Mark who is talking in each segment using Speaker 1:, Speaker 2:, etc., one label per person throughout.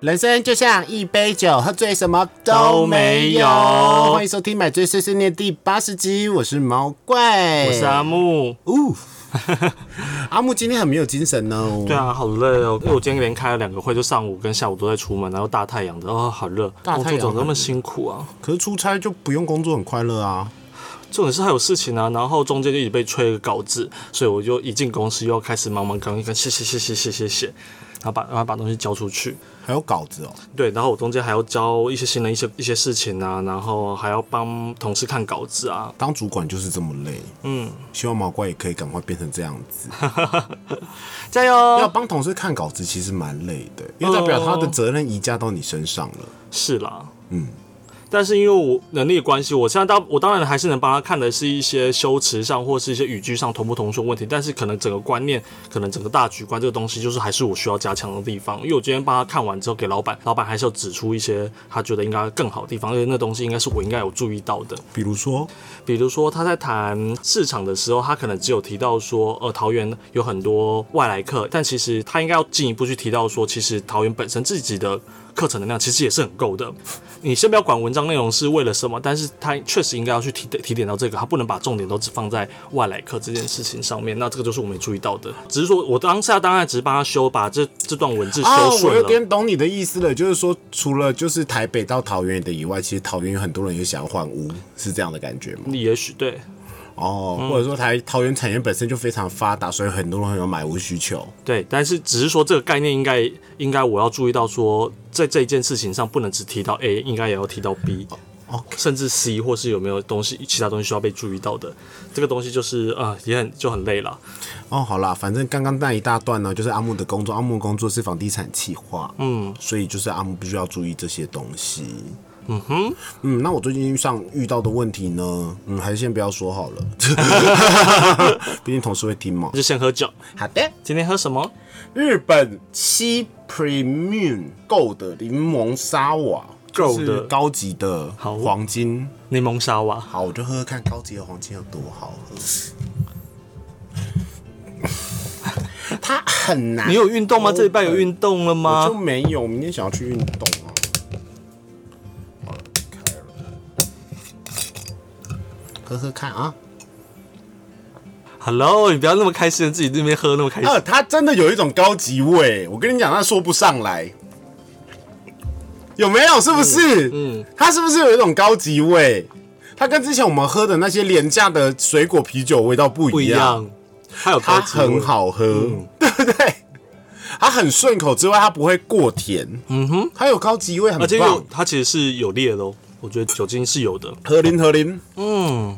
Speaker 1: 人生就像一杯酒，喝醉什么
Speaker 2: 都
Speaker 1: 都
Speaker 2: 没
Speaker 1: 没
Speaker 2: 有
Speaker 1: 有。欢迎收听《买醉碎碎念》第八十集，我是毛怪，
Speaker 2: 我是阿木。
Speaker 1: 呜。阿木今天很没有精神哦。
Speaker 2: 对，啊，好累哦，因为我今天连开了两个会，就上午跟下午都在出门，然后大太阳的，哦，好热。
Speaker 1: 大太阳
Speaker 2: 工作怎么那么辛苦啊？
Speaker 1: 可是出差就不用工作，很快乐啊。
Speaker 2: 重点是还有事情啊，然后中间就一直被催个稿子，所以我就一进公司又开始忙忙刚一看，谢谢谢谢谢谢谢，然后把然后把东西交出去。
Speaker 1: 还有稿子哦，
Speaker 2: 对，然后我中间还要教一些新的一些一些事情啊，然后还要帮同事看稿子啊。
Speaker 1: 当主管就是这么累。嗯，希望毛怪也可以赶快变成这样子。
Speaker 2: 加油！
Speaker 1: 要帮同事看稿子其实蛮累的，因为代表
Speaker 2: 哦
Speaker 1: 他的责任移加到你身上了。
Speaker 2: 是啦，嗯。但是因为我能力的关系，我现在当我当然还是能帮他看的是一些修辞上或是一些语句上同不同顺问题，但是可能整个观念，可能整个大局观这个东西，就是还是我需要加强的地方。因为我今天帮他看完之后给老板，老板还是要指出一些他觉得应该更好的地方，而且那东西应该是我应该有注意到的。
Speaker 1: 比如说，
Speaker 2: 比如说他在谈市场的时候，他可能只有提到说，呃，桃园有很多外来客，但其实他应该要进一步去提到说，其实桃园本身自己的课程能量其实也是很够的。 你先不要管文章内容是为了什么，但是他确实应该要去提提点到这个，他不能把重点都只放在外来客这件事情上面。那这个就是我没注意到的，只是说我当下当然只是帮他修，把这这段文字修
Speaker 1: 哦，我
Speaker 2: 顺
Speaker 1: 有
Speaker 2: 了。
Speaker 1: 点懂你的意思了，就是说，除了就是台北到桃园的以外，其实桃园有很多人也想要换屋，是这样的感觉吗？
Speaker 2: 也许对，
Speaker 1: 哦，或者说台桃园产业本身就非常发达，所以很多人很有买屋需求。
Speaker 2: 对，但是只是说这个概念应该应该我要注意到说，在这一件事情上不能只提到 A，应该也要提到 B，、
Speaker 1: 哦
Speaker 2: 哦
Speaker 1: OK
Speaker 2: 甚至 C，或是有没有东西其他东西需要被注意到的。这个东西就是啊、呃也很就很累了。
Speaker 1: 哦，好啦，反正刚刚那一大段呢，就是阿木的工作，阿木的工作是房地产企划，嗯，所以就是阿木必须要注意这些东西。嗯哼，嗯，那我最近遇上遇到的问题呢，嗯，还是先不要说好了， 毕竟同事会听嘛
Speaker 2: 那。就先喝酒，
Speaker 1: 好的，
Speaker 2: 今天喝什么？
Speaker 1: 日本七 Premium Gold 的柠檬沙瓦
Speaker 2: Gold
Speaker 1: 就是高级的
Speaker 2: 好
Speaker 1: 黄金。
Speaker 2: 柠檬沙瓦。
Speaker 1: 好，我就喝喝看高级的黄金有多好喝。它很难，
Speaker 2: 你有运动吗？这礼拜有运动了
Speaker 1: 我就
Speaker 2: 吗？
Speaker 1: 没有，明天想要去运动啊。好了开了喝喝看啊！
Speaker 2: Hello，你不要那么开心，自己那边喝那么开心。
Speaker 1: 呃，它真的有一种高级味，我跟你讲，它说不上来，有没有？是不是？嗯，它是不是有一种高级味？它跟之前我们喝的那些廉价的水果啤酒味道不
Speaker 2: 不一
Speaker 1: 一样，
Speaker 2: 样，它有
Speaker 1: 它
Speaker 2: 高级味嗯
Speaker 1: 很。好喝，对不对？它很顺口之外，它不会过甜，嗯哼，它有高级味，很
Speaker 2: 而且啊有
Speaker 1: 棒，
Speaker 2: 它其实是有烈的哦，我觉得酒精是有的。
Speaker 1: 喝零喝零，
Speaker 2: 嗯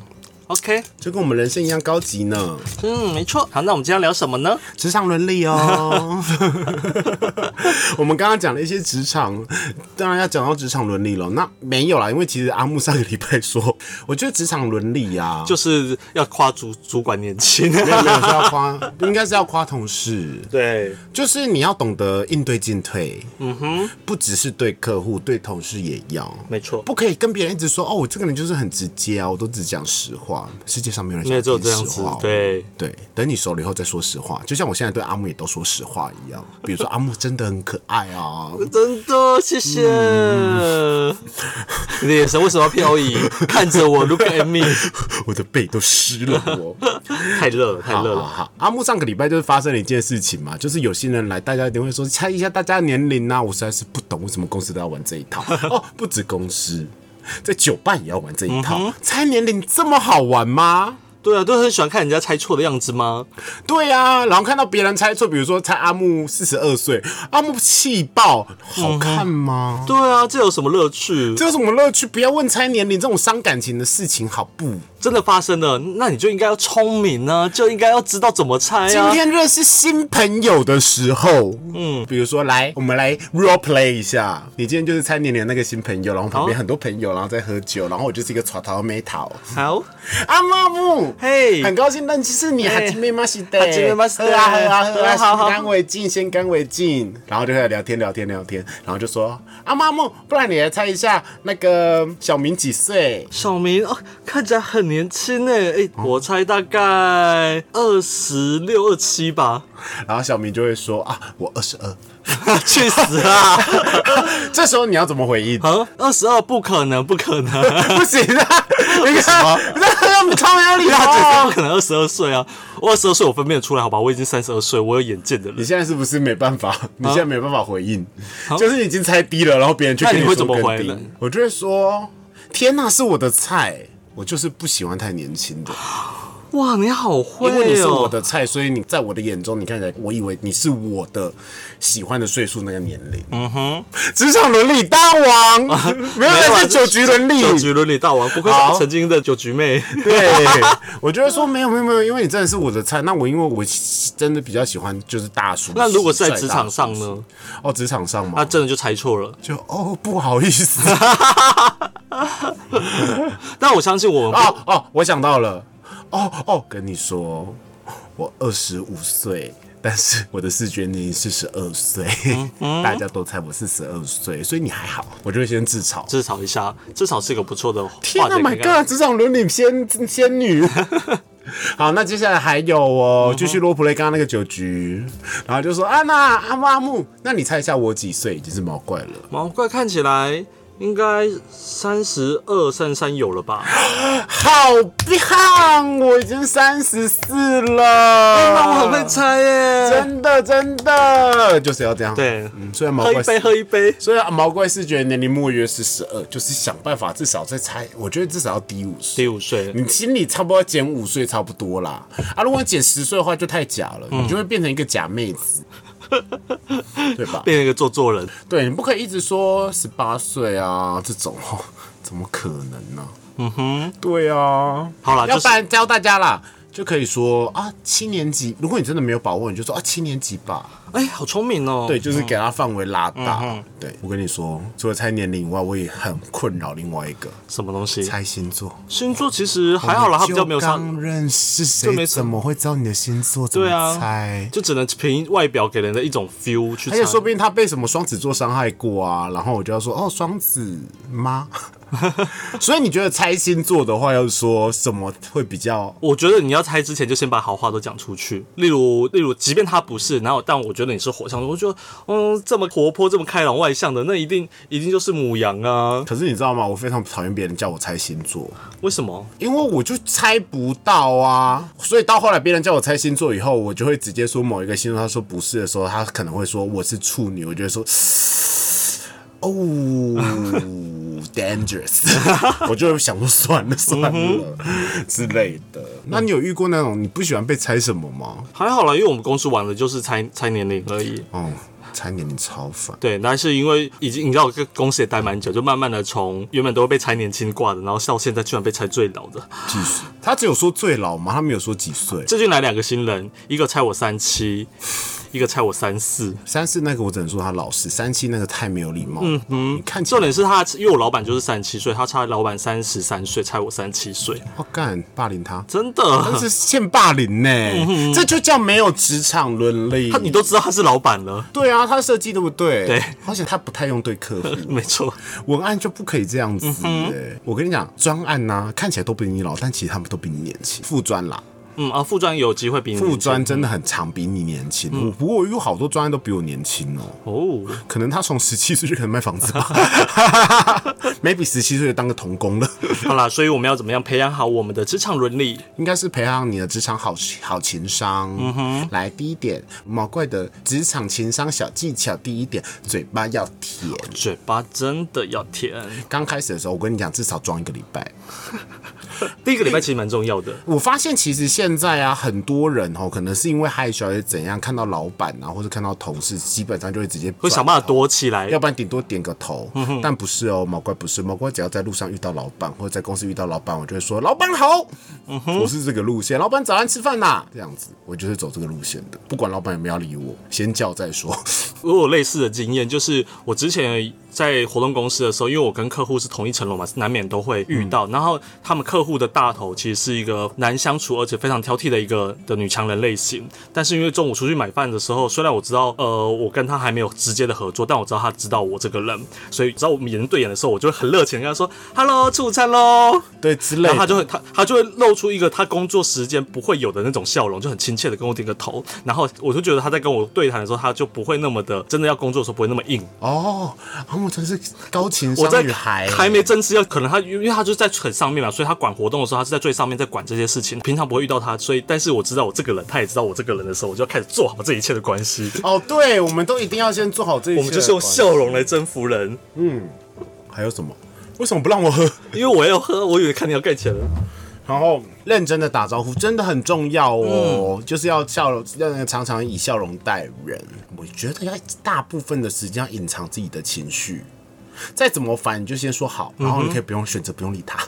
Speaker 2: ，OK，
Speaker 1: 就跟我们人生一样高级呢。
Speaker 2: 嗯，没错。好，那我们今天聊什么呢？
Speaker 1: 职场伦理哦。 我们刚刚讲了一些职场，当然要讲到职场伦理了。那没有啦，因为其实阿木上个礼拜说，我觉得职场伦理呀、啊，
Speaker 2: 就是要夸主主管年轻。
Speaker 1: 没有没有是要夸，应该是要夸同事，
Speaker 2: 对，
Speaker 1: 就是你要懂得应对进退。嗯哼，不只是对客户，对同事也要。
Speaker 2: 没错，
Speaker 1: 不可以跟别人一直说哦，我这个人就是很直接啊，我都只讲实话。世界上没有人
Speaker 2: 应该
Speaker 1: 想
Speaker 2: 只有
Speaker 1: 听
Speaker 2: 这样
Speaker 1: 实
Speaker 2: 子
Speaker 1: 话。。
Speaker 2: 对，
Speaker 1: 对，等你熟了以后再说实话，就像我现在对阿木也都说实话一样。比如说阿木真的很可爱啊，
Speaker 2: 真的，谢谢。你的眼神为什么要漂移？看着我，look at me。
Speaker 1: 我的背都湿了 我。
Speaker 2: 太热了，太
Speaker 1: 好
Speaker 2: 热
Speaker 1: 好
Speaker 2: 了。
Speaker 1: 好，阿木上个礼拜就是发生了一件事情嘛，就是有新人来，大家一定会说猜一下大家的年龄啊。我实在是不懂为什么公司都要玩这一 套哦，不止公司，在酒吧也要玩这一套，
Speaker 2: 嗯
Speaker 1: 猜年龄这么好玩吗？
Speaker 2: 对啊，都很喜欢看人家猜错的样子吗？
Speaker 1: 对呀、啊，然后看到别人猜错，比如说猜阿木四十二岁，阿木气爆，好看吗？
Speaker 2: 对啊，这有什么乐趣？
Speaker 1: 这有什么乐趣？不要问猜年龄这种伤感情的事情，好不？
Speaker 2: 真的发生了，那你就应该要聪明呢、就应该要知道怎么猜
Speaker 1: 今
Speaker 2: 啊。
Speaker 1: 天认识新朋友的时候，嗯，比如说来，我们来 role play 一下。你今天就是猜年龄的那个新朋友，然后旁边
Speaker 2: 好
Speaker 1: 很多朋友，然后在喝酒，然后我就是一个耍桃妹桃。
Speaker 2: 好，
Speaker 1: 阿木木，
Speaker 2: 嘿，
Speaker 1: 很高兴认识你，哈基妹马西的，
Speaker 2: 哈基米马西
Speaker 1: 喝啊喝啊喝啊，
Speaker 2: 好好好
Speaker 1: 先干为敬，先干为敬，然后就开始聊天聊天聊天，然后就说阿妈木，不然你来猜一下那个小明几岁？
Speaker 2: 小明哦，看起来很年轻诶，哎、我猜大概二十六、二七吧。
Speaker 1: 然后小明就会说啊，我二十二。
Speaker 2: 去死啊！
Speaker 1: 这时候你要怎么回应？
Speaker 2: 啊，二十二不可能，不可能。
Speaker 1: 不行啊！你看，这超没有礼
Speaker 2: 大姐不
Speaker 1: 貌。
Speaker 2: 可能二十二岁啊！我二十二岁我分辨得出来，好吧？我已经三十二岁，我有眼见的
Speaker 1: 你
Speaker 2: 人。
Speaker 1: 现在是不是没办法？
Speaker 2: 啊
Speaker 1: 你现在没办法回应，就是已经猜低了，然后别人去
Speaker 2: 那
Speaker 1: 跟
Speaker 2: 你会
Speaker 1: 说
Speaker 2: 怎么
Speaker 1: 更
Speaker 2: 回
Speaker 1: 低
Speaker 2: 呢
Speaker 1: 我就会说：“天哪，是我的菜，我就是不喜欢太年轻的，
Speaker 2: 哇，你好会哦！
Speaker 1: 因为你是我的菜，所以你在我的眼中，你看起来，我以为你是我的喜欢的岁数那个年龄。”嗯哼，职场伦理大王， 没有
Speaker 2: 没有啊
Speaker 1: 那是酒局伦理，
Speaker 2: 酒局伦理大王，不愧
Speaker 1: 好
Speaker 2: 是曾经的酒局 妹。
Speaker 1: 对，我觉得说没有没有没有，因为你真的是我的菜。那我因为我真的比较喜欢就是大叔。
Speaker 2: 那如果是在
Speaker 1: 帅
Speaker 2: 啊
Speaker 1: 大叔
Speaker 2: 职场上呢？
Speaker 1: 哦，职场上嘛，
Speaker 2: 那真的就猜错了。
Speaker 1: 就哦不好意思
Speaker 2: 但我相信我们
Speaker 1: 哦哦，我想到了，哦哦，跟你说，我二十五岁。但是我的视觉年龄是十二岁，大家都猜我是十二岁，所以你还好，我就会先自嘲。
Speaker 2: 至少一下，至少是一个不错的话题
Speaker 1: 天啊
Speaker 2: 可以
Speaker 1: ，My
Speaker 2: 跟大家。
Speaker 1: God，职场伦理仙仙女。 好，那接下来还有哦，继续罗普雷刚刚那个酒局，然后就说啊，那阿木阿木，那你猜一下我几岁？已经是毛怪了，
Speaker 2: 毛怪看起来应该三十二、三三有了吧？
Speaker 1: 好棒！我已经三十四了， 哎
Speaker 2: 那我很会猜耶！
Speaker 1: 真的真的就是要这样。，
Speaker 2: 对，
Speaker 1: 嗯，虽然毛
Speaker 2: 喝
Speaker 1: 怪
Speaker 2: 一杯，
Speaker 1: 是，
Speaker 2: 喝一杯。
Speaker 1: 虽然毛怪视觉年龄莫约是十二，就是想办法至少再猜，我觉得至少要低五岁。
Speaker 2: 第五岁，
Speaker 1: 你心里差不多减五岁差不多啦，啊，如果你减十岁的话就太假了，
Speaker 2: 嗯
Speaker 1: 你就会变成一个假妹子，对吧？
Speaker 2: 变成一个做作人。
Speaker 1: 对，你不可以一直说十八岁啊这种 哦，怎么可能呢、嗯哼，对啊，
Speaker 2: 好啦
Speaker 1: 要
Speaker 2: 就是
Speaker 1: 不然教大家啦，就可以说啊七年级，如果你真的没有把握，你就说啊七年级吧，
Speaker 2: 哎，好聪明哦！
Speaker 1: 对，，就是给他范围拉大。对我跟你说，除了猜年龄以外，我也很困扰另外一个
Speaker 2: 什么东西？
Speaker 1: 猜星座。
Speaker 2: 星座其实还好啦，他比较没有
Speaker 1: 就
Speaker 2: 上，
Speaker 1: 刚认识
Speaker 2: 就
Speaker 1: 谁，
Speaker 2: 没什
Speaker 1: 怎么会知道你的星座？怎
Speaker 2: 对啊
Speaker 1: 么猜？
Speaker 2: 就只能凭外表给人的一种 feel 去
Speaker 1: 而
Speaker 2: 猜
Speaker 1: 且。说不定他被什么双子座伤害过啊，然后我就要说哦，双子 吗？所以你觉得猜星座的话，要说什么会比较？
Speaker 2: 我觉得你要猜之前就先把好话都讲出去，例如，例如，即便他不是，然后但我觉得你是火象的，我觉得，嗯，这么活泼、这么开朗、外向的，那一定一定就是母羊啊？
Speaker 1: 可是你知道吗？我非常讨厌别人叫我猜星座，
Speaker 2: 为什么？
Speaker 1: 因为我就猜不到啊。所以到后来别人叫我猜星座以后，我就会直接说某一个星座，他说不是的时候，他可能会说我是处女，我就会说哦 dangerous，我就 会想说算了算了之类的。那你有遇过那种你不喜欢被猜什么吗？
Speaker 2: 还好啦，因为我们公司玩的就是猜猜年龄而已。
Speaker 1: 哦，猜年龄超烦。
Speaker 2: 对，但是因为已经你知道，我跟公司也待蛮久，就慢慢的从原本都会被猜年轻挂的，然后到现在居然被猜最老的。
Speaker 1: 几岁？他只有说最老吗？他没有说几岁。
Speaker 2: 最近来两个新人，一个猜我三七，一个猜我三四。
Speaker 1: 三四那个我只能说他老实，三七那个太没有礼貌。嗯嗯，你看起
Speaker 2: 重
Speaker 1: 来
Speaker 2: 点是他，因为我老板就是三十七岁，他差老板三十三岁，差我三十七岁，
Speaker 1: 我哦干、霸凌他，
Speaker 2: 真
Speaker 1: 但
Speaker 2: 的。
Speaker 1: 是欠霸凌呢、这就叫没有职场伦理
Speaker 2: 他。你都知道他是老板了，
Speaker 1: 对啊，他设计对不对？
Speaker 2: 对，
Speaker 1: 而且他不太用对客户，
Speaker 2: 没错，
Speaker 1: 文案就不可以这样子、欸。我跟你讲，专案呐、看起来都比你老，但其实他们都比你年轻。副专啦，
Speaker 2: 嗯啊，副专有机会比你
Speaker 1: 副
Speaker 2: 年轻
Speaker 1: 专真的很常比你年轻。我不过我有好多专案都比我年轻哦、
Speaker 2: 哦，
Speaker 1: 可能他从十七岁就开始卖房子 吧，maybe 十七岁就当个童工了，
Speaker 2: 好啦，所以我们要怎么样培养好我们的职场伦理？
Speaker 1: 应该是培养你的职场好好情商。嗯哼，来第一点，毛怪的职场情商小技巧，第一点，嘴巴要甜。
Speaker 2: 嘴巴真的要甜，
Speaker 1: 刚开始的时候，我跟你讲，至少装一个礼拜。
Speaker 2: 第一个礼拜其实蛮重要的。
Speaker 1: 我发现其实现在啊，很多人哦，可能是因为害羞还是怎样，看到老板啊，或者看到同事，基本上就会直接
Speaker 2: 会想办法躲起来
Speaker 1: 要。不然顶多点个头。
Speaker 2: 嗯
Speaker 1: 但不是哦，毛怪不是，毛怪只要在路上遇到老板或者在公司遇到老板，我就会说老板好，
Speaker 2: 嗯
Speaker 1: 我是这个路线，老板早上吃饭啦，这样子，我就是走这个路线的，不管老板有没有要理我，先叫再说。
Speaker 2: 我有类似的经验，就是我之前在活动公司的时候，因为我跟客户是同一层楼嘛，难免都会遇到。然后他们客户的大头其实是一个难相处而且非常挑剔的一个的女强人类型。但是因为中午出去买饭的时候，虽然我知道呃我跟她还没有直接的合作，但我知道她知道我这个人，所以只要我们眼对眼的时候，我就会很热情地跟她说 “hello，吃午餐喽”。
Speaker 1: 对之类
Speaker 2: 然后他
Speaker 1: 的。
Speaker 2: 就会他他就会露出一个他工作时间不会有的那种笑容，就很亲切的跟我点个头。然后我就觉得他在跟我对谈的时候，他就不会那么的真的要工作的时候不会那么硬。
Speaker 1: 哦，阿木真是高情
Speaker 2: 我在
Speaker 1: 商女孩，
Speaker 2: 还没正式要，可能他因为他就在很上面嘛，所以他管活动的时候，他是在最上面在管这些事情。平常不会遇到他，所以但是我知道我这个人，他也知道我这个人的时候，我就要开始做好这一切的关系。
Speaker 1: 哦，对，我们都一定要先做好这一切。
Speaker 2: 我们就是用笑容来征服人，
Speaker 1: 还有什么？为什么不让我喝？
Speaker 2: 因为我要喝，我以为看你要盖起来 了。
Speaker 1: 然后认真的打招呼真的很重要哦，就是要笑容，让人常常以笑容待人。我觉得要大部分的时间要隐藏自己的情绪，再怎么烦你就先说好，然后你可以不用选择，不用理他。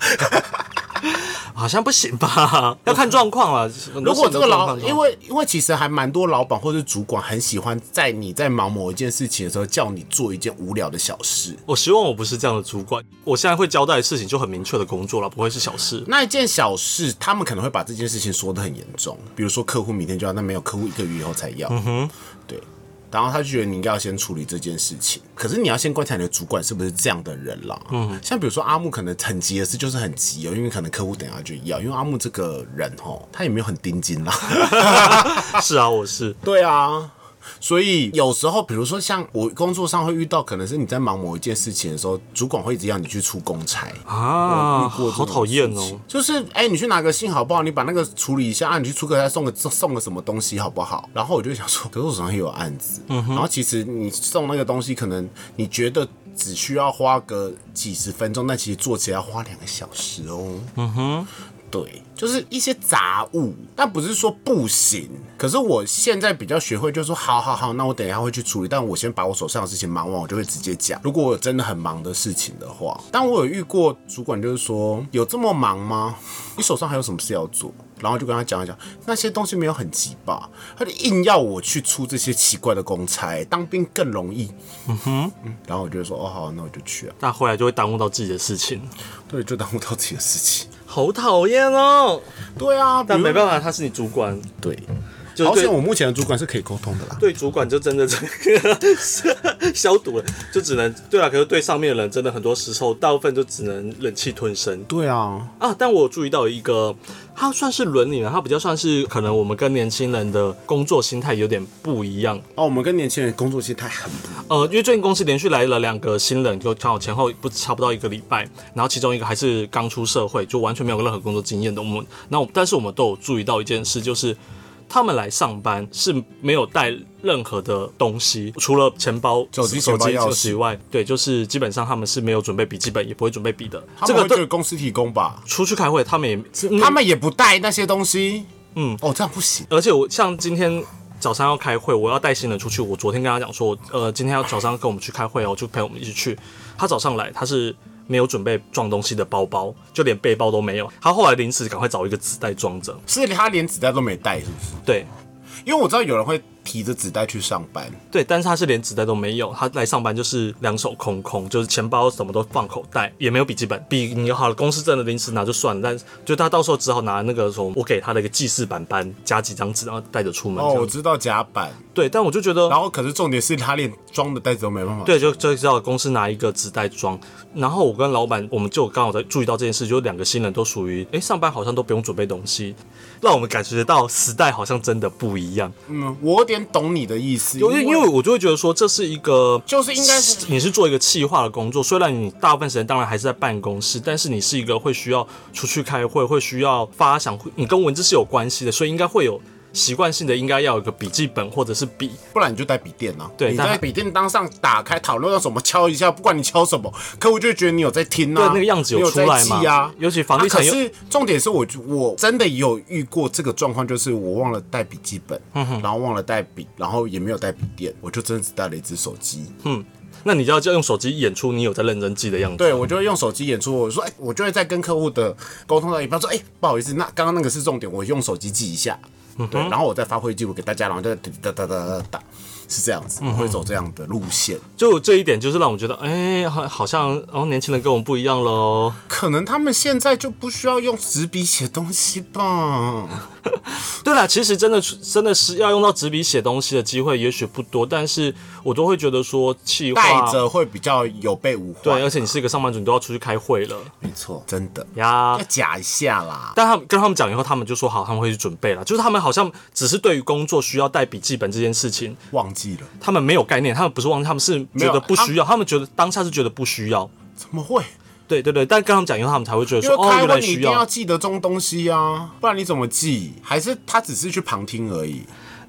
Speaker 2: 好像不行吧？要看状况啊。
Speaker 1: 如果这个老，因
Speaker 2: 为
Speaker 1: 为因为其实还蛮多老板或者主管很喜欢在你在忙某一件事情的时候叫你做一件无聊的小事。
Speaker 2: 我希望我不是这样的主管，我现在会交代的事情就很明确的工作了，不会是小 事。
Speaker 1: 那一件小事，他们可能会把这件事情说得很严重，比如说客户明天就要，那没有客户一个月以后才要，嗯哼，对。然后他就觉得你应该要先处理这件事情，可是你要先观察你的主管是不是这样的人啦。嗯，像比如说阿木可能很急的事就是很急哦，因为可能客户等一下就要，因为阿木这个人哦，他也没有很盯紧啦。
Speaker 2: 是啊，我是
Speaker 1: 对啊，所以有时候，比如说像我工作上会遇到，可能是你在忙某一件事情的时候，主管会一直要你去出公差，
Speaker 2: 啊，
Speaker 1: 遇过这
Speaker 2: 好
Speaker 1: 种
Speaker 2: 讨厌
Speaker 1: 事情
Speaker 2: 哦。
Speaker 1: 就是哎、你去拿个信好不好？你把那个处理一下啊，你去出个差送个送个什么东西好不好？然后我就想说，可是我手上也有案子，然后其实你送那个东西，可能你觉得。只需要花个几十分钟，但其实做起来要花两个小时哦。嗯哼，对，就是一些杂物，但不是说不行。可是我现在比较学会，就是说，好好好，那我等一下会去处理，但我先把我手上的事情忙完，我就会直接讲。如果我有真的很忙的事情的话，但我有遇过主管，就是说，有这么忙吗？你手上还有什么事要做？然后就跟他讲一讲，那些东西没有很急吧？他就硬要我去出这些奇怪的公差，当兵更容易。嗯哼，然后我就说，哦好，那我就去啊。
Speaker 2: 那回来就会耽误到自己的事情，
Speaker 1: 对，就耽误到自己的事情。
Speaker 2: 好讨厌哦。
Speaker 1: 对啊，
Speaker 2: 但没
Speaker 1: 法，
Speaker 2: 办法，他是你主管，
Speaker 1: 对。
Speaker 2: 就
Speaker 1: 好
Speaker 2: 对
Speaker 1: 险，我目前的主管是可以沟通的啦。
Speaker 2: 对主管就真的这个 消毒了，就只能对啊。可是对上面的人，真的很多时候大部分就只能忍气吞声。
Speaker 1: 对啊，
Speaker 2: 啊，但我有注意到一个，它算是伦理了，它比较算是可能我们跟年轻人的工作心态有点不一样。
Speaker 1: 哦，我们跟年轻人工作心态很不一样。
Speaker 2: 呃，因为最近公司连续来了两个新人，就刚好前后不差不到一个礼拜，然后其中一个还是刚出社会，就完全没有任何工作经验的。我们，那我但是我们都有注意到一件事，就是他们来上班是没有带任何的东西，除了钱包、
Speaker 1: 手机
Speaker 2: 手
Speaker 1: 钱包钥匙
Speaker 2: 钥匙以外，对，就是基本上他们是没有准备笔记本，也不会准备笔的。
Speaker 1: 他
Speaker 2: 这
Speaker 1: 们
Speaker 2: 个
Speaker 1: 会觉
Speaker 2: 对
Speaker 1: 得公司提供吧？
Speaker 2: 出去开会，他们也
Speaker 1: 他们也不带那些东西。嗯，哦，这样不行。
Speaker 2: 而且我像今天早上要开会，我要带新人出去。我昨天跟他讲说，呃，今天要早上跟我们去开会哦，就陪我们一起去。他早上来，他是没有准备装东西的包包，就连背包都没有。他后来临时赶快找一个纸袋装着。
Speaker 1: 是他连纸袋都没带，是不是？
Speaker 2: 对
Speaker 1: 因为我知道有人会提着纸袋去上班。
Speaker 2: 对，但是他是连纸袋都没有，他来上班就是两手空空，就是钱包什么都放口袋，也没有笔记本。笔你好了，公司真的临时拿就算了，但就他到时候只好拿那个什么我给他的一个记事板板加几张纸，然后带着出门
Speaker 1: 哦，
Speaker 2: 这
Speaker 1: 我
Speaker 2: 样子。
Speaker 1: 知道甲板。
Speaker 2: 对，但我就觉得
Speaker 1: 然后可是重点是他连装的袋子都没办法。，
Speaker 2: 对，就就知道公司拿一个纸袋装，然后我跟老板，我们就刚好在注意到这件事，就两个新人都属于，哎，上班好像都不用准备东西，让我们感觉到时代好像真的不一样。
Speaker 1: 嗯，我有点懂你的意思，
Speaker 2: 因为因为我就会觉得说，这是一个，
Speaker 1: 就是应该是
Speaker 2: 你是做一个企划的工作，虽然你大部分时间当然还是在办公室，但是你是一个会需要出去开会，会需要发想，会你跟文字是有关系的，所以应该会有习惯性的应该要有一个笔记本或者是笔，
Speaker 1: 不然你就带笔电啊。
Speaker 2: 对
Speaker 1: 你
Speaker 2: 但
Speaker 1: 在笔电当上打开讨论到什么敲一下，不管你敲什么，客户就会觉得你有在听啊，
Speaker 2: 对那个样子
Speaker 1: 你
Speaker 2: 有
Speaker 1: 有
Speaker 2: 出来
Speaker 1: 在记啊
Speaker 2: 嘛。？尤其房地
Speaker 1: 啊、可
Speaker 2: 产有。
Speaker 1: 是重点是我我真的有遇过这个状况，就是我忘了带笔记本，然后忘了带笔，然后也没有带笔电，我就真的只带了一只手机。
Speaker 2: 那你就要用手机演出你有在认真记的样子。
Speaker 1: 对，我就会用手机演出。我说，哎、我就会在跟客户的沟通到一半说，哎、不好意思，那刚刚那个是重点，我用手机记一下。对，然后我再发挥记录给大家，然后再哒哒哒哒哒，是这样子，我会走这样的路线。
Speaker 2: 就这一点，就是让我们觉得，哎、好好像哦，年轻人跟我们不一样喽。
Speaker 1: 可能他们现在就不需要用纸笔写东西吧？
Speaker 2: 对啦，其实真的真的是要用到纸笔写东西的机会，也许不多，但是我都会觉得说气话，
Speaker 1: 带着会比较有备无患。
Speaker 2: 对，而且你是一个上班族，你都要出去开会了
Speaker 1: 没错，真的
Speaker 2: 呀
Speaker 1: 要。假一下啦。
Speaker 2: 但他们跟他们讲以后，他们就说好，他们会去准备了。就是他们好像只是对于工作需要带笔记本这件事情，
Speaker 1: 忘记了？
Speaker 2: 他们没有概念，他们不是忘记，他们是
Speaker 1: 没
Speaker 2: 觉
Speaker 1: 有
Speaker 2: 得不
Speaker 1: 他
Speaker 2: 需要，他们觉得当下是觉得不需要。
Speaker 1: 怎么会？
Speaker 2: 对对对，但跟他们讲以后，他们才会觉得
Speaker 1: 因
Speaker 2: 说
Speaker 1: 为
Speaker 2: 哦，
Speaker 1: 开
Speaker 2: 原
Speaker 1: 会
Speaker 2: 来
Speaker 1: 你一
Speaker 2: 需
Speaker 1: 定要
Speaker 2: 要。
Speaker 1: 记得这种东西啊，不然你怎么记？还是他只是去旁听而已？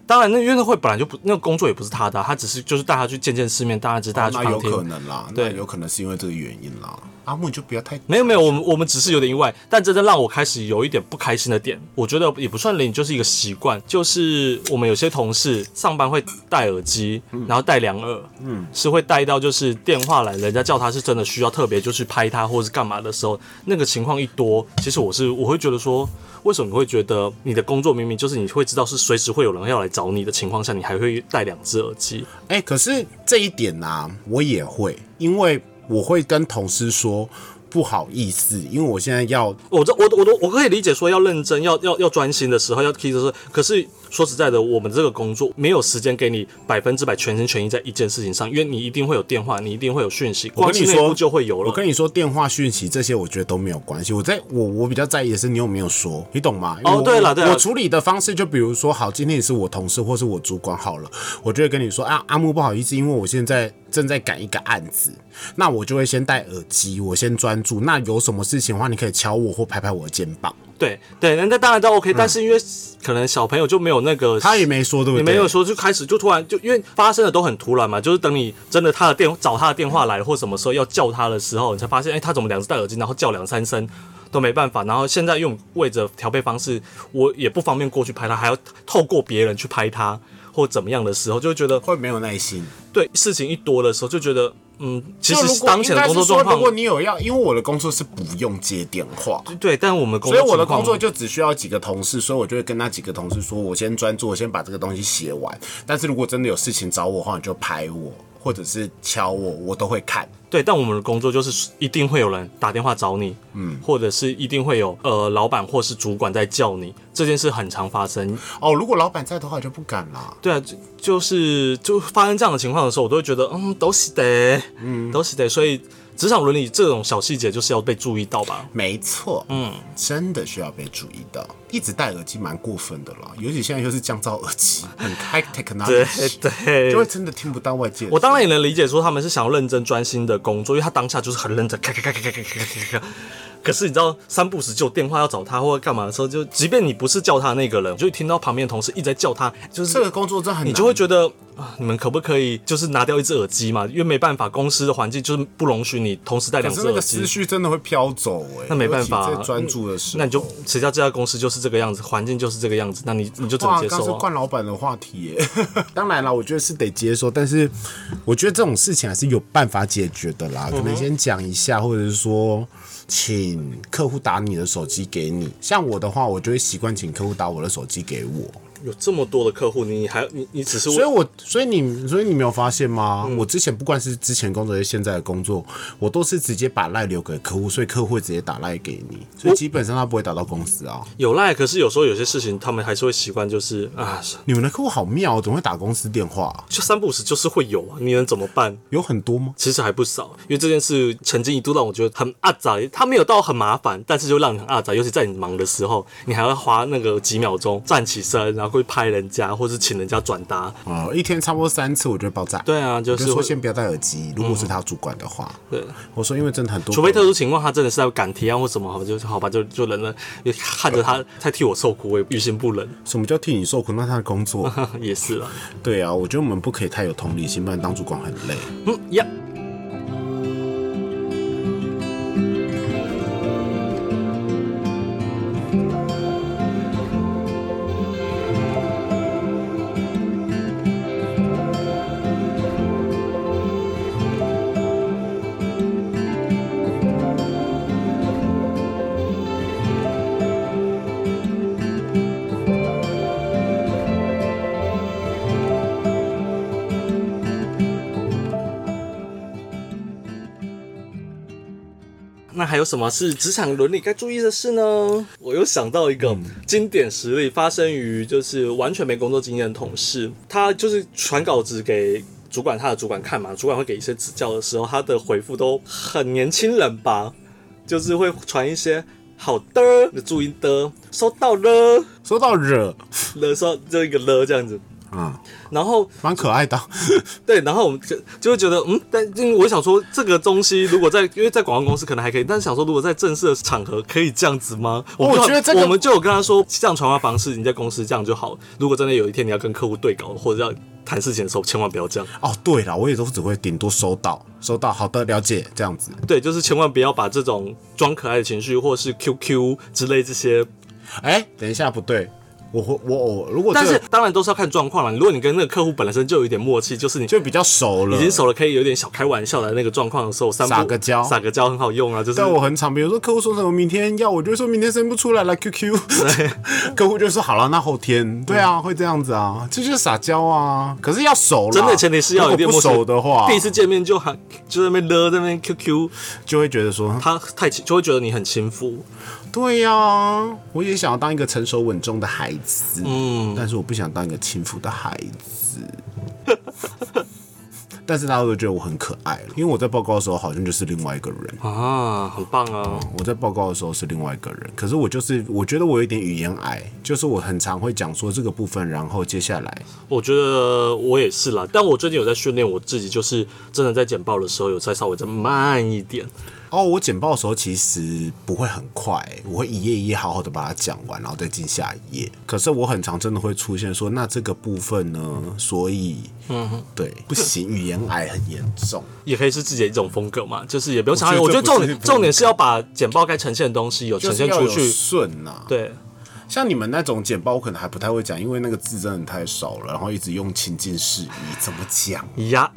Speaker 2: 当然，那因为那会本来就不，那个工作也不是他的啊、他只是就是带他去见见世面，大家只是带他
Speaker 1: 哦那
Speaker 2: 去旁
Speaker 1: 有
Speaker 2: 听。
Speaker 1: 可能啦，那
Speaker 2: 对
Speaker 1: 有可能是因为这个原因啦。阿木你就不要太
Speaker 2: 没有没有，我们我们只是有点意外，但真正让我开始有一点不开心的点，我觉得也不算零，就是一个习惯，就是我们有些同事上班会戴耳机，然后戴两耳，嗯，是会戴到就是电话来，人家叫他是真的需要特别就去拍他或是干嘛的时候，那个情况一多，其实我是我会觉得说，为什么你会觉得你的工作明明就是你会知道是随时会有人要来找你的情况下，你还会戴两只耳机？
Speaker 1: 哎、可是这一点呢、我也会，因为我会跟同事说不好意思，因为我现在要
Speaker 2: 我这我我都我可以理解说要认真要要要专心的时候要 key 的时候，可是说实在的，我们这个工作没有时间给你百分之百全心全意在一件事情上，因为你一定会有电话，你一定会有讯息，
Speaker 1: 我
Speaker 2: 光
Speaker 1: 跟
Speaker 2: 是
Speaker 1: 你
Speaker 2: 内部
Speaker 1: 说
Speaker 2: 就会有
Speaker 1: 我
Speaker 2: 了。
Speaker 1: 跟你说电话讯息这些，我觉得都没有关系。我在我我比较在意的是你有没有说，你懂吗？因为
Speaker 2: 哦
Speaker 1: 我
Speaker 2: 对了对了
Speaker 1: 我处理的方式就比如说，好，今天你是我同事或是我主管好了，我就会跟你说啊，阿木不好意思，因为我现在正在赶一个案子，那我就会先戴耳机，我先专注。那有什么事情的话，你可以敲我或拍拍我的肩膀。
Speaker 2: 对对，那那当然都 OK，、但是因为可能小朋友就没有那个
Speaker 1: 嗯他也没说，对不
Speaker 2: 你
Speaker 1: 对？
Speaker 2: 没有说就开始就突然就因为发生的都很突然嘛，就是等你真的他的电找他的电话来或什么时候要叫他的时候，你才发现哎、他怎么两只戴耳机，然后叫两三声都没办法，然后现在用位置调配方式，我也不方便过去拍他，还要透过别人去拍他或怎么样的时候，就会觉得
Speaker 1: 会没有耐心。
Speaker 2: 对事情一多的时候就觉得嗯，其
Speaker 1: 那如
Speaker 2: 实
Speaker 1: 果
Speaker 2: 当前的工作状
Speaker 1: 应该是说如果
Speaker 2: 况
Speaker 1: 你有要，因为我的工作是不用接电话。
Speaker 2: 对，但我们工
Speaker 1: 所以
Speaker 2: 作
Speaker 1: 我的
Speaker 2: 情况
Speaker 1: 工作就只需要几个同事，所以我就会跟那几个同事说，我先专注，我先把这个东西写完。但是如果真的有事情找我的话，你就拍我或者是敲我，我都会看。
Speaker 2: 对，但我们的工作就是一定会有人打电话找你，嗯，或者是一定会有呃老板或是主管在叫你，这件事很常发生。
Speaker 1: 哦，如果老板在的话，我就不敢啦。
Speaker 2: 对啊，就就是就发生这样的情况的时候，我都会觉得嗯都是得，嗯都是得，所以职场伦理这种小细节就是要被注意到吧。
Speaker 1: 没错，嗯，真的需要被注意到。一直戴耳机蛮过分的啦，尤其现在又是降噪耳机，很 high
Speaker 2: 对
Speaker 1: technology，
Speaker 2: 对
Speaker 1: 就，会真的听不到外界的声音。
Speaker 2: 我当然也能理解说他们是想要认真专心的工作，因为他当下就是很认真，咔咔咔咔咔咔咔咔咔。可是你知道，三不时就有电话要找他或者干嘛的时候，就即便你不是叫他那个人，就听到旁边的同事一直在叫他，就是
Speaker 1: 这个工作真的很难，
Speaker 2: 你就会觉得啊，你们可不可以就是拿掉一只耳机嘛？因为没办法，公司的环境就是不容许你同时戴
Speaker 1: 可
Speaker 2: 两
Speaker 1: 是
Speaker 2: 只
Speaker 1: 那
Speaker 2: 耳
Speaker 1: 个思
Speaker 2: 机。
Speaker 1: 绪真的会飘走哎、
Speaker 2: 那没办法啊
Speaker 1: 尤其在专注的时候，
Speaker 2: 那你就谁叫这家公司就是这个样子，环境就是这个样子，那你你就只能
Speaker 1: 哇，
Speaker 2: 接
Speaker 1: 刚是
Speaker 2: 受啊。
Speaker 1: 冠老板的话题耶。 当然了，我觉得是得接受，但是我觉得这种事情还是有办法解决的
Speaker 2: 嗯
Speaker 1: 啦。可能先讲一下，或者是说请客户打你的手机给你。像我的话，我就会习惯请客户打我的手机给我。
Speaker 2: 有这么多的客户，你还你你只是
Speaker 1: 所以我，所以你，所以你没有发现吗？
Speaker 2: 嗯
Speaker 1: 我之前不管是之前工作还是现在的工作，我都是直接把赖留给客户，所以客户会直接打赖给你，
Speaker 2: 哦
Speaker 1: 所以基本上他不会打到公司啊。
Speaker 2: 有赖，可是有时候有些事情他们还是会习惯，就是啊，
Speaker 1: 你们的客户好妙哦，怎么会打公司电话啊？
Speaker 2: 就三不五时就是会有啊，你能怎么办？
Speaker 1: 有很多吗？
Speaker 2: 其实还不少，因为这件事曾经一度让我觉得很阿杂，它没有到很麻烦，但是就让你很阿杂，尤其在你忙的时候，你还要花那个几秒钟站起身，然后过去拍人家，或是请人家转达。
Speaker 1: 哦，一天差不多三次，我就会爆炸。
Speaker 2: 对啊，就
Speaker 1: 我就是说
Speaker 2: 会嗯
Speaker 1: 先不要戴耳机，如果是他主管的话，
Speaker 2: 对，
Speaker 1: 我说因为真的很多，
Speaker 2: 除非特殊情况，他真的是在赶啊提案或什么，好就好吧，就就忍了，就看着他在替我受苦，我也于心不忍，
Speaker 1: 什么叫替你受苦，那他的工作，
Speaker 2: 也是了。
Speaker 1: 对啊，我觉得我们不可以太有同理心，不然当主管很累。
Speaker 2: 嗯呀。那还有什么是职场伦理该注意的事呢？嗯我又想到一个经典实例，发生于就是完全没工作经验的同事，他就是传稿子给。主管他的主管看嘛，主管会给一些指教的时候，他的回复都很年轻人吧，就是会传一些好的，你注意的，收到了，
Speaker 1: 说到惹
Speaker 2: 了收就一个了这样子，
Speaker 1: 啊，
Speaker 2: 然后
Speaker 1: 蛮可爱的。
Speaker 2: 对，然后我们就就会觉得，嗯，但因为我想说，这个东西如果在，因为在广告公司可能还可以，但是想说，如果在正式的场合可以这样子吗？我
Speaker 1: 我
Speaker 2: 不知道
Speaker 1: 觉得这个
Speaker 2: 我们就有跟他说，这样传话方式，你在公司这样就好。如果真的有一天你要跟客户对稿或者要谈事情的时候，千万不要这样。
Speaker 1: 哦，对了，我也都只会顶多收到，收到，好的，了解，这样子。
Speaker 2: 对，就是千万不要把这种装可爱的情绪，或是 QQ 之类这些。
Speaker 1: 哎、等一下，不对，我会我偶如果这
Speaker 2: 但
Speaker 1: 个
Speaker 2: 是当然都是要看状况了。如果你跟那个客户本身就有一点默契，就是你
Speaker 1: 就比较熟了，
Speaker 2: 已经熟了，可以有点小开玩笑的那个状况的时候，散步
Speaker 1: 撒个娇
Speaker 2: 撒个娇很好用啊。就是
Speaker 1: 但我很常，比如说客户说什么明天要，我就会说明天生不出来了，QQ。客户就说好了，那后天。对
Speaker 2: 嗯
Speaker 1: 啊，会这样子啊，这就是撒娇啊。可是要熟了，
Speaker 2: 真的前提是要有
Speaker 1: 啊
Speaker 2: 一
Speaker 1: 如
Speaker 2: 点
Speaker 1: 果
Speaker 2: 陌
Speaker 1: 不
Speaker 2: 生
Speaker 1: 熟的话，
Speaker 2: 第一次见面就喊就在那边勒，在那边 QQ，
Speaker 1: 就会觉得说，
Speaker 2: 他太轻就会觉得你很轻浮。
Speaker 1: 对呀、我也想要当一个成熟稳重的孩子，嗯，但是我不想当一个轻浮的孩子。 但是大家都觉得我很可爱了，因为我在报告的时候好像就是另外一个人。
Speaker 2: 啊，很棒啊！
Speaker 1: 我在报告的时候是另外一个人，可是我就是我觉得我有一点语言癌，就是我很常会讲说这个部分，然后接下来
Speaker 2: 我觉得我也是啦，但我最近有在训练我自己，就是真的在简报的时候有再稍微再慢一点。
Speaker 1: 哦，我简报的时候其实不会很快，我会一页一页好好的把它讲完，然后再进下一页。可是我很常真的会出现说，那这个部分呢？所以，嗯，对，不行，语言癌很严 重。
Speaker 2: 也可以是自己的一种风格嘛，就是也不用
Speaker 1: 觉得
Speaker 2: 强求。我觉得
Speaker 1: 这不
Speaker 2: 重
Speaker 1: 是
Speaker 2: 点
Speaker 1: 风格
Speaker 2: 重点是要把简报该呈现的东西有
Speaker 1: 就是
Speaker 2: 呈现
Speaker 1: 要
Speaker 2: 出
Speaker 1: 有
Speaker 2: 去。
Speaker 1: 顺呐、对，
Speaker 2: 对，
Speaker 1: 像你们那种简报，我可能还不太会讲，因为那个字真的太少了，然后一直用情境式语，怎么讲？
Speaker 2: 呀，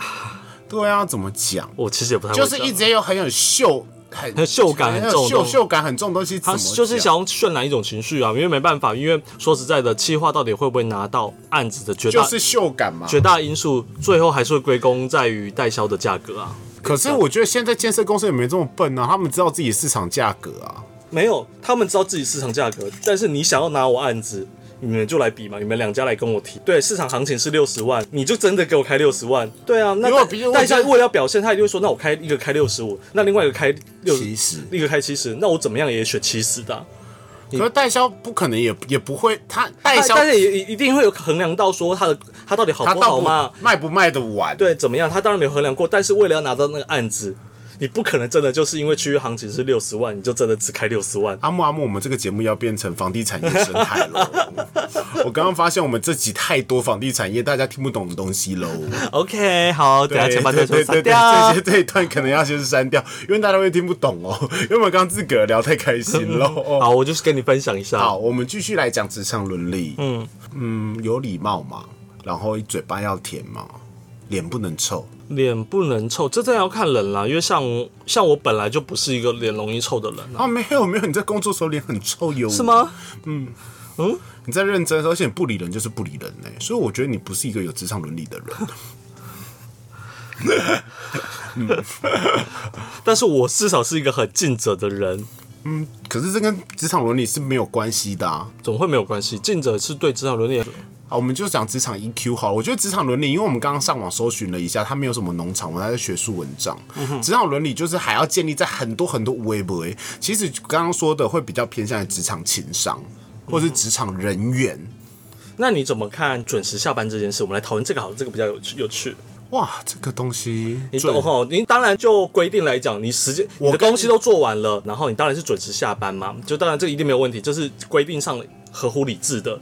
Speaker 1: 对啊，怎么讲？
Speaker 2: 我其实也不太会
Speaker 1: 就是
Speaker 2: 讲
Speaker 1: 一直有很有秀，很
Speaker 2: 很秀感很
Speaker 1: 很
Speaker 2: 重
Speaker 1: 有
Speaker 2: 的
Speaker 1: 秀
Speaker 2: 东西
Speaker 1: 秀感很重的东西，怎
Speaker 2: 他
Speaker 1: 么
Speaker 2: 就是
Speaker 1: 讲
Speaker 2: 想要渲染一种情绪啊，因为没办法，因为说实在的，企划到底会不会拿到案子的绝
Speaker 1: 就
Speaker 2: 大、
Speaker 1: 是秀感嘛，
Speaker 2: 绝大因素，最后还是会归功在于代销的价格啊。
Speaker 1: 可是我觉得现在建设公司也没这么笨啊，他们知道自己市场价格啊。
Speaker 2: 没有，他们知道自己市场价格，但是你想要拿我案子，你们就来比嘛，你们两家来跟我提。对，市场行情是六十万，你就真的给我开六十万。对啊，那
Speaker 1: 如果
Speaker 2: 代
Speaker 1: 比如我
Speaker 2: 代销
Speaker 1: 觉得
Speaker 2: 为了要表现，他一定会说，那我开一个开六十五，那另外一个开六
Speaker 1: 70
Speaker 2: 一个开七十，那我怎么样也选七十的啊、
Speaker 1: 可是代销不可能也也不会，他代
Speaker 2: 但
Speaker 1: 销
Speaker 2: 但是也一定会有衡量到说他的他到底好
Speaker 1: 他
Speaker 2: 不
Speaker 1: 到
Speaker 2: 好
Speaker 1: 不
Speaker 2: 嘛？
Speaker 1: 卖不卖得完？，
Speaker 2: 对，怎么样？他当然没有衡量过，但是为了要拿到那个案子，你不可能真的就是因为区域行情是六十万，你就真的只开六十万。
Speaker 1: 阿木阿木，我们这个节目要变成房地产业生态喽。 我刚刚发现我们这集太多房地产业大家听不懂的东西喽。
Speaker 2: OK，好，等
Speaker 1: 对
Speaker 2: 一下前半段
Speaker 1: 对对
Speaker 2: 全删
Speaker 1: 对，
Speaker 2: 掉
Speaker 1: 这。些这一段可能要先删掉，因为大家会听不懂哦。因为我们刚刚自个儿聊太开心喽。
Speaker 2: 好，我就是跟你分享一下。
Speaker 1: 好，我们继续来讲职场伦理。嗯嗯，有礼貌嘛，然后嘴巴要甜嘛，脸不能臭。
Speaker 2: 脸不能臭，这真的要看人啦。因为像像我本来就不是一个脸容易臭的人啊，
Speaker 1: 啊，没有没有，你在工作时候脸很臭哟。
Speaker 2: 是？吗？
Speaker 1: 你在认真的时候，而且你不理人就是不理人呢、所以我觉得你不是一个有职场伦理的人。
Speaker 2: 但是我至少是一个很尽责的人，
Speaker 1: 可是这跟职场伦理是没有关系的啊。
Speaker 2: 总会没有关系。尽责是对职场伦理。
Speaker 1: 好，我们就讲职场 EQ 好了。我觉得职场伦理，因为我们刚刚上网搜寻了一下，它没有什么农场，我还在学术文章。
Speaker 2: 嗯
Speaker 1: 职、场伦理就是还要建立在很多很多无微不微。其实刚刚说的会比较偏向于职场情商，或是职场人缘。
Speaker 2: 嗯那你怎么看准时下班这件事？我们来讨论这个好了，这个比较有趣有趣。
Speaker 1: 哇，这个东西
Speaker 2: 你
Speaker 1: 准
Speaker 2: 懂吼？你当然就规定来讲，你时间你的
Speaker 1: 跟
Speaker 2: 东西都做完了，然后你当然是准时下班嘛，就当然这一定没有问题，这是规定上合乎理智的。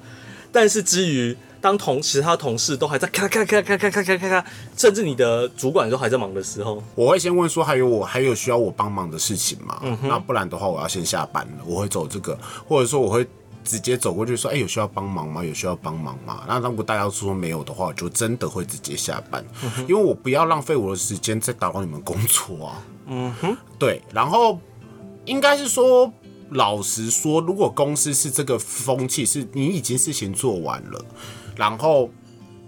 Speaker 2: 但是至于当同其他同事都还在咔咔咔咔咔咔咔咔咔，甚至你的主管都还在忙的时候，
Speaker 1: 我会先问说，还有我还有需要我帮忙的事情吗？那不然的话，我要先下班了。我会走这个，或者说我会直接走过去说，哎、有需要帮忙吗？有需要帮忙吗？那如果大家都说没有的话，我就真的会直接下班，因为我不要浪费我的时间在打扰你们工作啊。嗯哼，对，然后应该是说。老实说，如果公司是这个风气，是你已经事情做完了，然后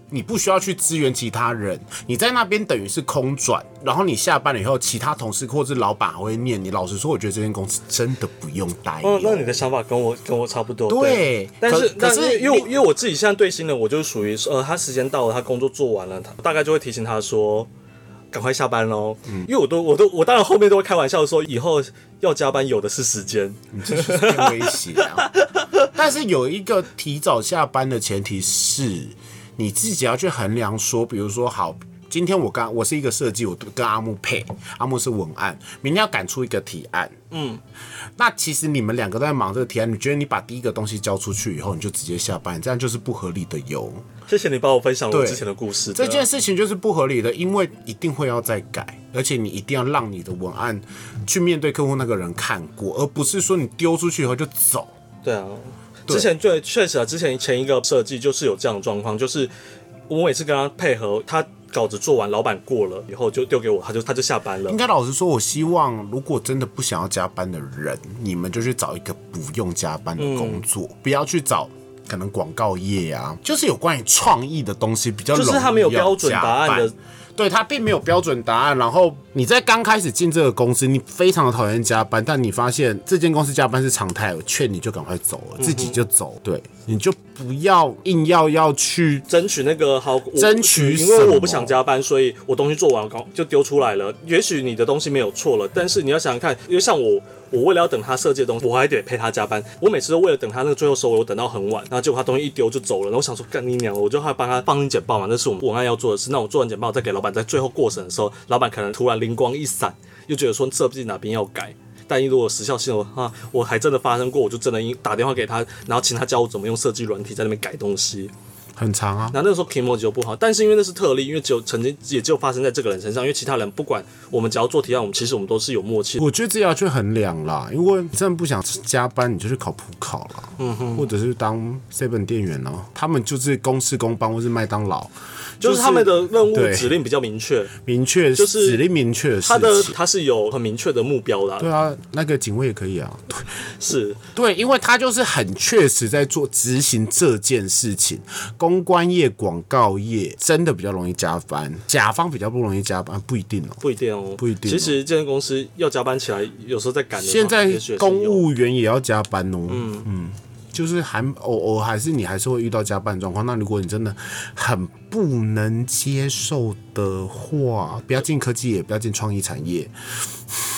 Speaker 1: 你不需要去支援其他人，你在那边等于是空转，然后你下班了以后，其他同事或是老板还会念你。老实说，我觉得这间公司真的不用待。
Speaker 2: 哦，那你的想法跟我跟我差不多。
Speaker 1: 对
Speaker 2: 但是
Speaker 1: 可
Speaker 2: 但
Speaker 1: 可是
Speaker 2: 是因为因为我自己现在对新人，我就属于呃，他时间到了，他工作做完了，他大概就会提醒他说。赶快下班喽！
Speaker 1: 嗯
Speaker 2: 因为我都我都我当然后面都会开玩笑说，以后要加班有的是时间。
Speaker 1: 你这就是在威胁啊！ 但是有一个提早下班的前提是，你自己要去衡量说，比如说好。今天我刚我是一个设计，我跟阿木配，阿木是文案，明天要赶出一个提案，嗯，那其实你们两个都在忙这个提案，你觉得你把第一个东西交出去以后，你就直接下班，这样就是不合理的哟。
Speaker 2: 谢谢你帮我分享了我
Speaker 1: 对
Speaker 2: 之前的故事。
Speaker 1: 这
Speaker 2: 对啊
Speaker 1: 件事情就是不合理的，因为一定会要再改，而且你一定要让你的文案去面对客户那个人看过，而不是说你丢出去以后就走。
Speaker 2: 对啊，之前对确实啊，之前前一个设计就是有这样的状况，就是我每次跟他配合，他稿子做完，老板过了以后就丢给我，他就他就下班了
Speaker 1: 应。该老实说，我希望如果真的不想要加班的人，你们就去找一个不用加班的工作，不要去找可能广告业啊，就是有关于创意的东西比较容
Speaker 2: 就
Speaker 1: 易
Speaker 2: 是他没有标准
Speaker 1: 要加
Speaker 2: 答案的
Speaker 1: 班。对他并没有标准答案，然后你在刚开始进这个公司，你非常的讨厌加班，但你发现这间公司加班是常态，我劝你就赶快走了，自己就走，对，你就不要硬要要去
Speaker 2: 争取那个好，我
Speaker 1: 争取
Speaker 2: 因
Speaker 1: 什
Speaker 2: 为
Speaker 1: 么
Speaker 2: 我不想加班，所以我东西做完刚就丢出来了。也许你的东西没有错了，但是你要想想看，因为像我，我为了要等他设计的东西，我还得陪他加班。我每次都为了等他那个最后收尾，我等到很晚，然后结果他东西一丢就走了。然后我想说，干你娘！我就还帮他放简报嘛，那是我们文案要做的事。那我做完简报，再给老板在最后过审的时候，老板可能突然灵光一闪，又觉得说设计哪边要改。但如果时效性的话，我还真的发生过，我就真的因打电话给他，然后请他教我怎么用设计软体在那边改东西。
Speaker 1: 很长啊。
Speaker 2: 那那个时候 Kimoji 就不好，但是因为那是特例，因为只有曾经也只有发生在这个人身上，因为其他人不管我们只要做提案，我们其实我们都是有默契的。
Speaker 1: 我觉得自己要去衡量啦，因为真的不想加班，你就去考普考啦，嗯哼，或者是当 seven 店员哦，他们就是公事公办或是麦当劳，
Speaker 2: 就是他们的任务
Speaker 1: 对
Speaker 2: 指令比较明确，
Speaker 1: 明确
Speaker 2: 就是
Speaker 1: 指令明确的事
Speaker 2: 他的
Speaker 1: 情。
Speaker 2: 他是有很明确的目标啦，
Speaker 1: 对啊，那个警卫也可以啊。对
Speaker 2: 是
Speaker 1: 对，因为他就是很确实在做执行这件事情。公关业、广告业真的比较容易加班，甲方比较不容易加班，不一定哦。
Speaker 2: 不一定哦，
Speaker 1: 不一定哦
Speaker 2: 其实健身公司要加班起来，有时候在赶的话，
Speaker 1: 现在
Speaker 2: 也许也是有
Speaker 1: 公务员也要加班哦。嗯嗯，就是还偶偶还是你还是会遇到加班状况。那如果你真的很不能接受的话，不要进科技业，不要进创意产业，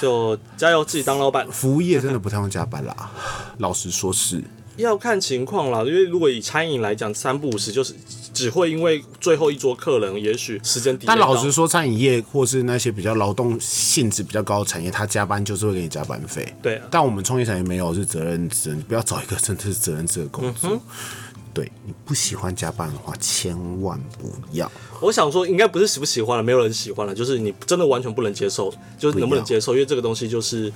Speaker 2: 就加油自己当老板，
Speaker 1: 服务业真的不太用加班啦。 老实说是，
Speaker 2: 要看情况啦。因为如果以餐饮来讲，三不五时就是只会因为最后一桌客人，也许时间抵。
Speaker 1: 但老实说，餐饮业或是那些比较劳动性质比较高的产业，它加班就是会给你加班费。
Speaker 2: 对啊
Speaker 1: 但我们创业产业没有是责任制，你不要找一个真的是责任制的工作。对你不喜欢加班的话，千万不要。
Speaker 2: 我想说，应该不是喜不喜欢了，没有人喜欢了，就是你真的完全不能接受，就是能不能接受，因为这个东西就是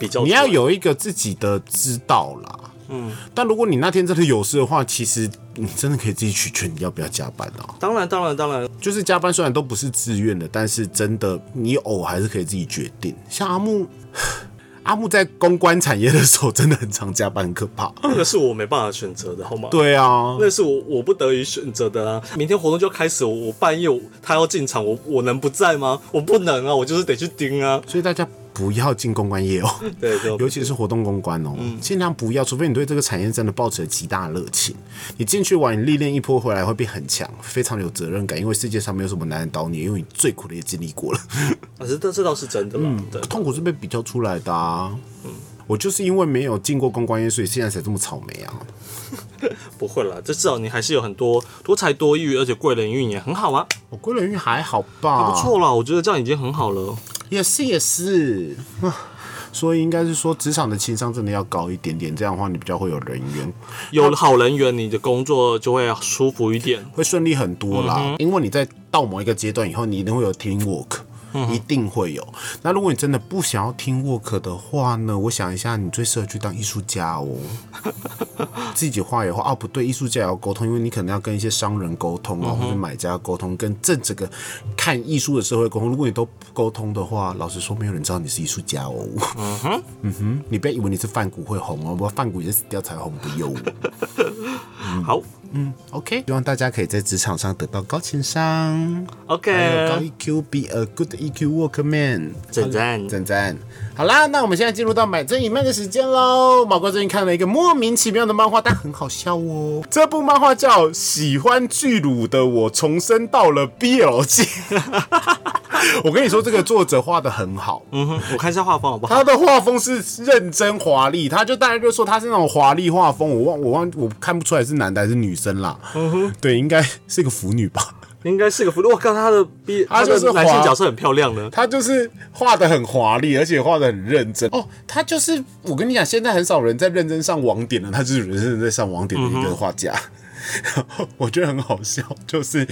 Speaker 2: 比较
Speaker 1: 你要有一个自己的知道啦。嗯，但如果你那天真的有事的话，其实你真的可以自己取决你要不要加班啊。
Speaker 2: 当然当然当然，
Speaker 1: 就是加班虽然都不是自愿的，但是真的你偶还是可以自己决定。像阿木， 阿木在公关产业的时候真的很常加班，很可怕。
Speaker 2: 那个是我没办法选择的，好吗？。
Speaker 1: 对啊，
Speaker 2: 那是我我不得已选择的啊！明天活动就要开始，我我半夜我他要进场，我我能不在吗？我不能啊，我就是得去盯啊。
Speaker 1: 所以大家不要进公关业哦。
Speaker 2: 对，就
Speaker 1: 尤其是活动公关哦，
Speaker 2: 嗯
Speaker 1: 尽量不要，除非你对这个产业真的抱持了极大的热情。你进去玩，你历练一波回来会变很强，非常有责任感，因为世界上没有什么难得倒你，因为你最苦的也经历过了，
Speaker 2: 啊，这这这倒是真的啦。对，
Speaker 1: 痛苦是被比较出来的啊。
Speaker 2: 嗯
Speaker 1: 我就是因为没有进过公关业，所以现在才这么草莓啊！
Speaker 2: 不会啦，这至少你还是有很多多才多艺，而且贵人运也很好啊，
Speaker 1: 我归人运还好吧，
Speaker 2: 不，错啦，我觉得这样已经很好了。
Speaker 1: 也是也是。 啊所以应该是说，职场的情商真的要高一点点，这样的话你比较会有人缘。
Speaker 2: 有好人缘，你的工作就会舒服一点。
Speaker 1: 会顺利很多啦，因为你在到某一个阶段以后，你一定会有 team work，、一定会有。那如果你真的不想要 team work 的话呢，我想一下，你最适合去当艺术家哦。 自己画也画啊，不对，艺术家也要沟通，因为你可能要跟一些商人沟通啊，或者买家沟通，跟这整个看艺术的社会沟通。如果你都不沟通的话，老实说，没有人知道你是艺术家哦。嗯哼， 嗯哼，你不要以为你是范谷会红哦，不，范谷也是死掉才红的哟。
Speaker 2: 好，嗯，OK
Speaker 1: 希望大家可以在职场上得到高情商，还有高
Speaker 2: OK，
Speaker 1: EQ，be a good EQ workman。
Speaker 2: 赞赞
Speaker 1: 赞赞。好啦，那我们现在进入到买正影漫的时间喽。毛哥最近看了一个莫名其妙的漫画，但很好笑哦。这部漫画叫《喜欢巨乳的我重生到了 BL 界》。 我跟你说，这个作者画的很好，
Speaker 2: 嗯哼，我看一下画风好不好？
Speaker 1: 他的画风是认真华丽，他就大家就说他是那种华丽画风，我忘我忘我看不出来是男的还是女生啦。对，应该是个腐女吧。
Speaker 2: 应该是个福利。我看他的 B，
Speaker 1: 他
Speaker 2: 他
Speaker 1: 就
Speaker 2: 的
Speaker 1: 是
Speaker 2: 男性
Speaker 1: 滑
Speaker 2: 角色很漂亮呢。
Speaker 1: 他就是画的很华丽，而且画的很认真哦。他就是我跟你讲，现在很少人在认真上网点了，他就是认真在上网点的一个画家。 我觉得很好笑，就是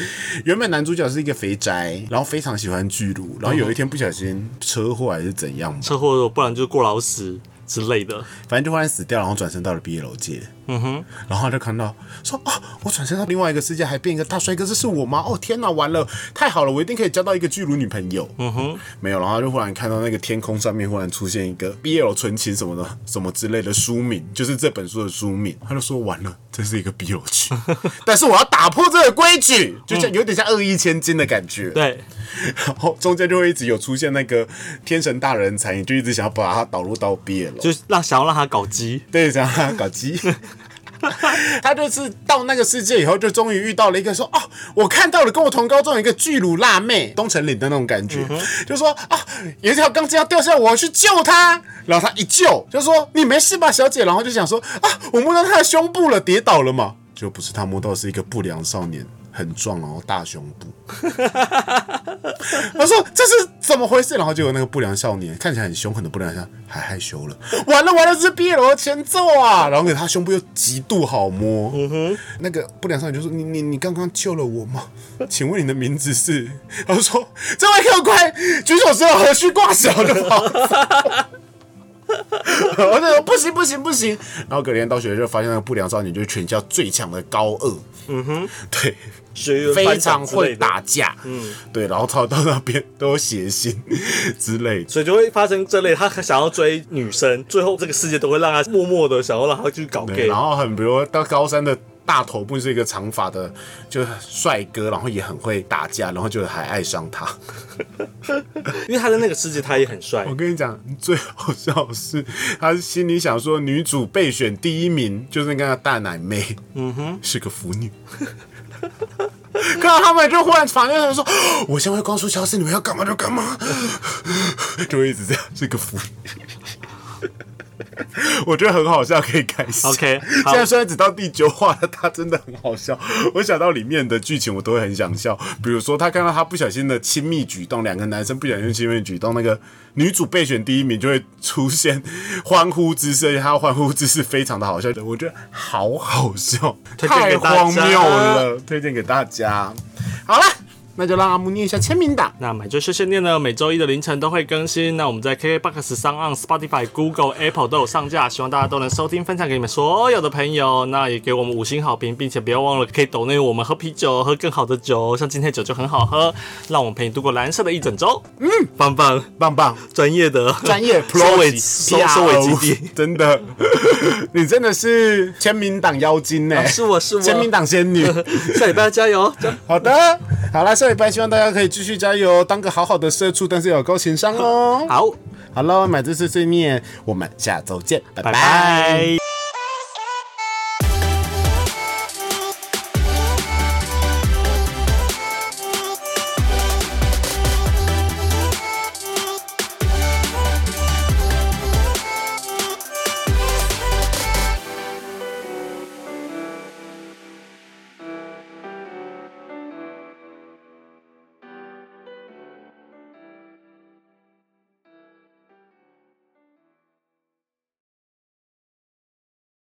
Speaker 1: 原本男主角是一个肥宅，然后非常喜欢巨乳，然后有一天不小心车祸还是怎样，
Speaker 2: 车祸，不然就是过劳死之类的。
Speaker 1: 反正就忽然死掉，然后转身到了 BL 界。嗯哼，然后他就看到说啊，我转身到另外一个世界，还变一个大帅哥，这是我吗？哦天哪，完了，太好了，我一定可以交到一个巨乳女朋友。嗯哼，没有，然后他就忽然看到那个天空上面忽然出现一个 BL 纯情什么的什么之类的书名，就是这本书的书名。他就说完了，这是一个 BL 剧，但是我要打破这个规矩，就像有点像恶意千金的感觉。
Speaker 2: 对，
Speaker 1: 然后中间就会一直有出现那个天神大人才，你就一直想要把它导入到 BL。
Speaker 2: 就是让想要让他搞基。
Speaker 1: 对，想要搞基。 他就是到那个世界以后，就终于遇到了一个说哦，我看到了跟我同高中有一个巨乳辣妹，东城凛的那种感觉，就说啊，有一条钢筋要掉下来，我要去救她。然后他一救，就说你没事吧，小姐？然后就想说啊，我摸到她的胸部了，跌倒了嘛。就不是他摸到的是一个不良少年，很壮，然后大胸部。他说这是怎么回事？然后就有那个不良少年，看起来很凶狠的不良少年，还害羞了。完了完了，这是毕业楼的前奏啊！然后给他胸部又极度好摸。那个不良少年就说：“你你你刚刚救了我吗？ 请问你的名字是？”然后说：“这位客官，举手之劳，何须挂齿？”然后就跑走。 我就说不行不行不行，然后隔天到学校就发现那个不良少年就是全校最强的高二，嗯哼，对，
Speaker 2: 学员
Speaker 1: 非
Speaker 2: 班长
Speaker 1: 常
Speaker 2: 之类
Speaker 1: 会
Speaker 2: 的，
Speaker 1: 打架，嗯，对，然后到到那边都有血腥之类的。
Speaker 2: 所以就会发生这类，他想要追女生，最后这个世界都会让他默默的想要让他去搞
Speaker 1: 对
Speaker 2: gay
Speaker 1: 然。后很比如到高三的大头部是一个长发的，就是帅哥，然后也很会打架，然后就还爱上他。
Speaker 2: 因为他在那个世界他也很帅
Speaker 1: 我，跟你讲，最好笑的是他心里想说，女主备选第一名就是那个大奶妹，嗯哼，是个腐女。看到他们就忽然反应来说：“我先回光速消失，你们要干嘛就干嘛。” 就会一直这样，是个腐女。我觉得很好笑，可以开心。
Speaker 2: OK，好
Speaker 1: 现在虽然只到第九话，他真的很好笑。我想到里面的剧情，我都会很想笑。比如说，他看到他不小心的亲密举动，两个男生不小心亲密举动，那个女主备选第一名就会出现欢呼之声，他的欢呼姿势非常的好笑，我觉得好好笑，
Speaker 2: 推荐
Speaker 1: 太
Speaker 2: 给大家
Speaker 1: 荒谬了，推荐给大家。好了，那就让阿木念一下签名档。
Speaker 2: 那买醉碎碎念呢，每周一的凌晨都会更新。那我们在 KKBOX 上、on Spotify、Google、Apple 都有上架，希望大家都能收听、分享给你们所有的朋友。那也给我们五星好评，并且不要忘了可以抖内我们喝啤酒，喝更好的酒，像今天的酒就很好喝，让我们陪你度过蓝色的一整周。嗯，棒棒，
Speaker 1: 棒棒，
Speaker 2: 专业的，
Speaker 1: 专业
Speaker 2: 收尾
Speaker 1: Pro
Speaker 2: 收 收尾基地。，
Speaker 1: 真的，你真的是签名档妖精呢、
Speaker 2: 啊是我是我
Speaker 1: 签名档仙 女。
Speaker 2: 下礼拜加油！加
Speaker 1: 好的，好啦，下礼拜希望大家可以继续加油，当个好好的社畜，但是要有高情商哦。
Speaker 2: 好，
Speaker 1: 好了，买这次碎面，我们下周见，拜
Speaker 2: 拜
Speaker 1: 拜
Speaker 2: 拜。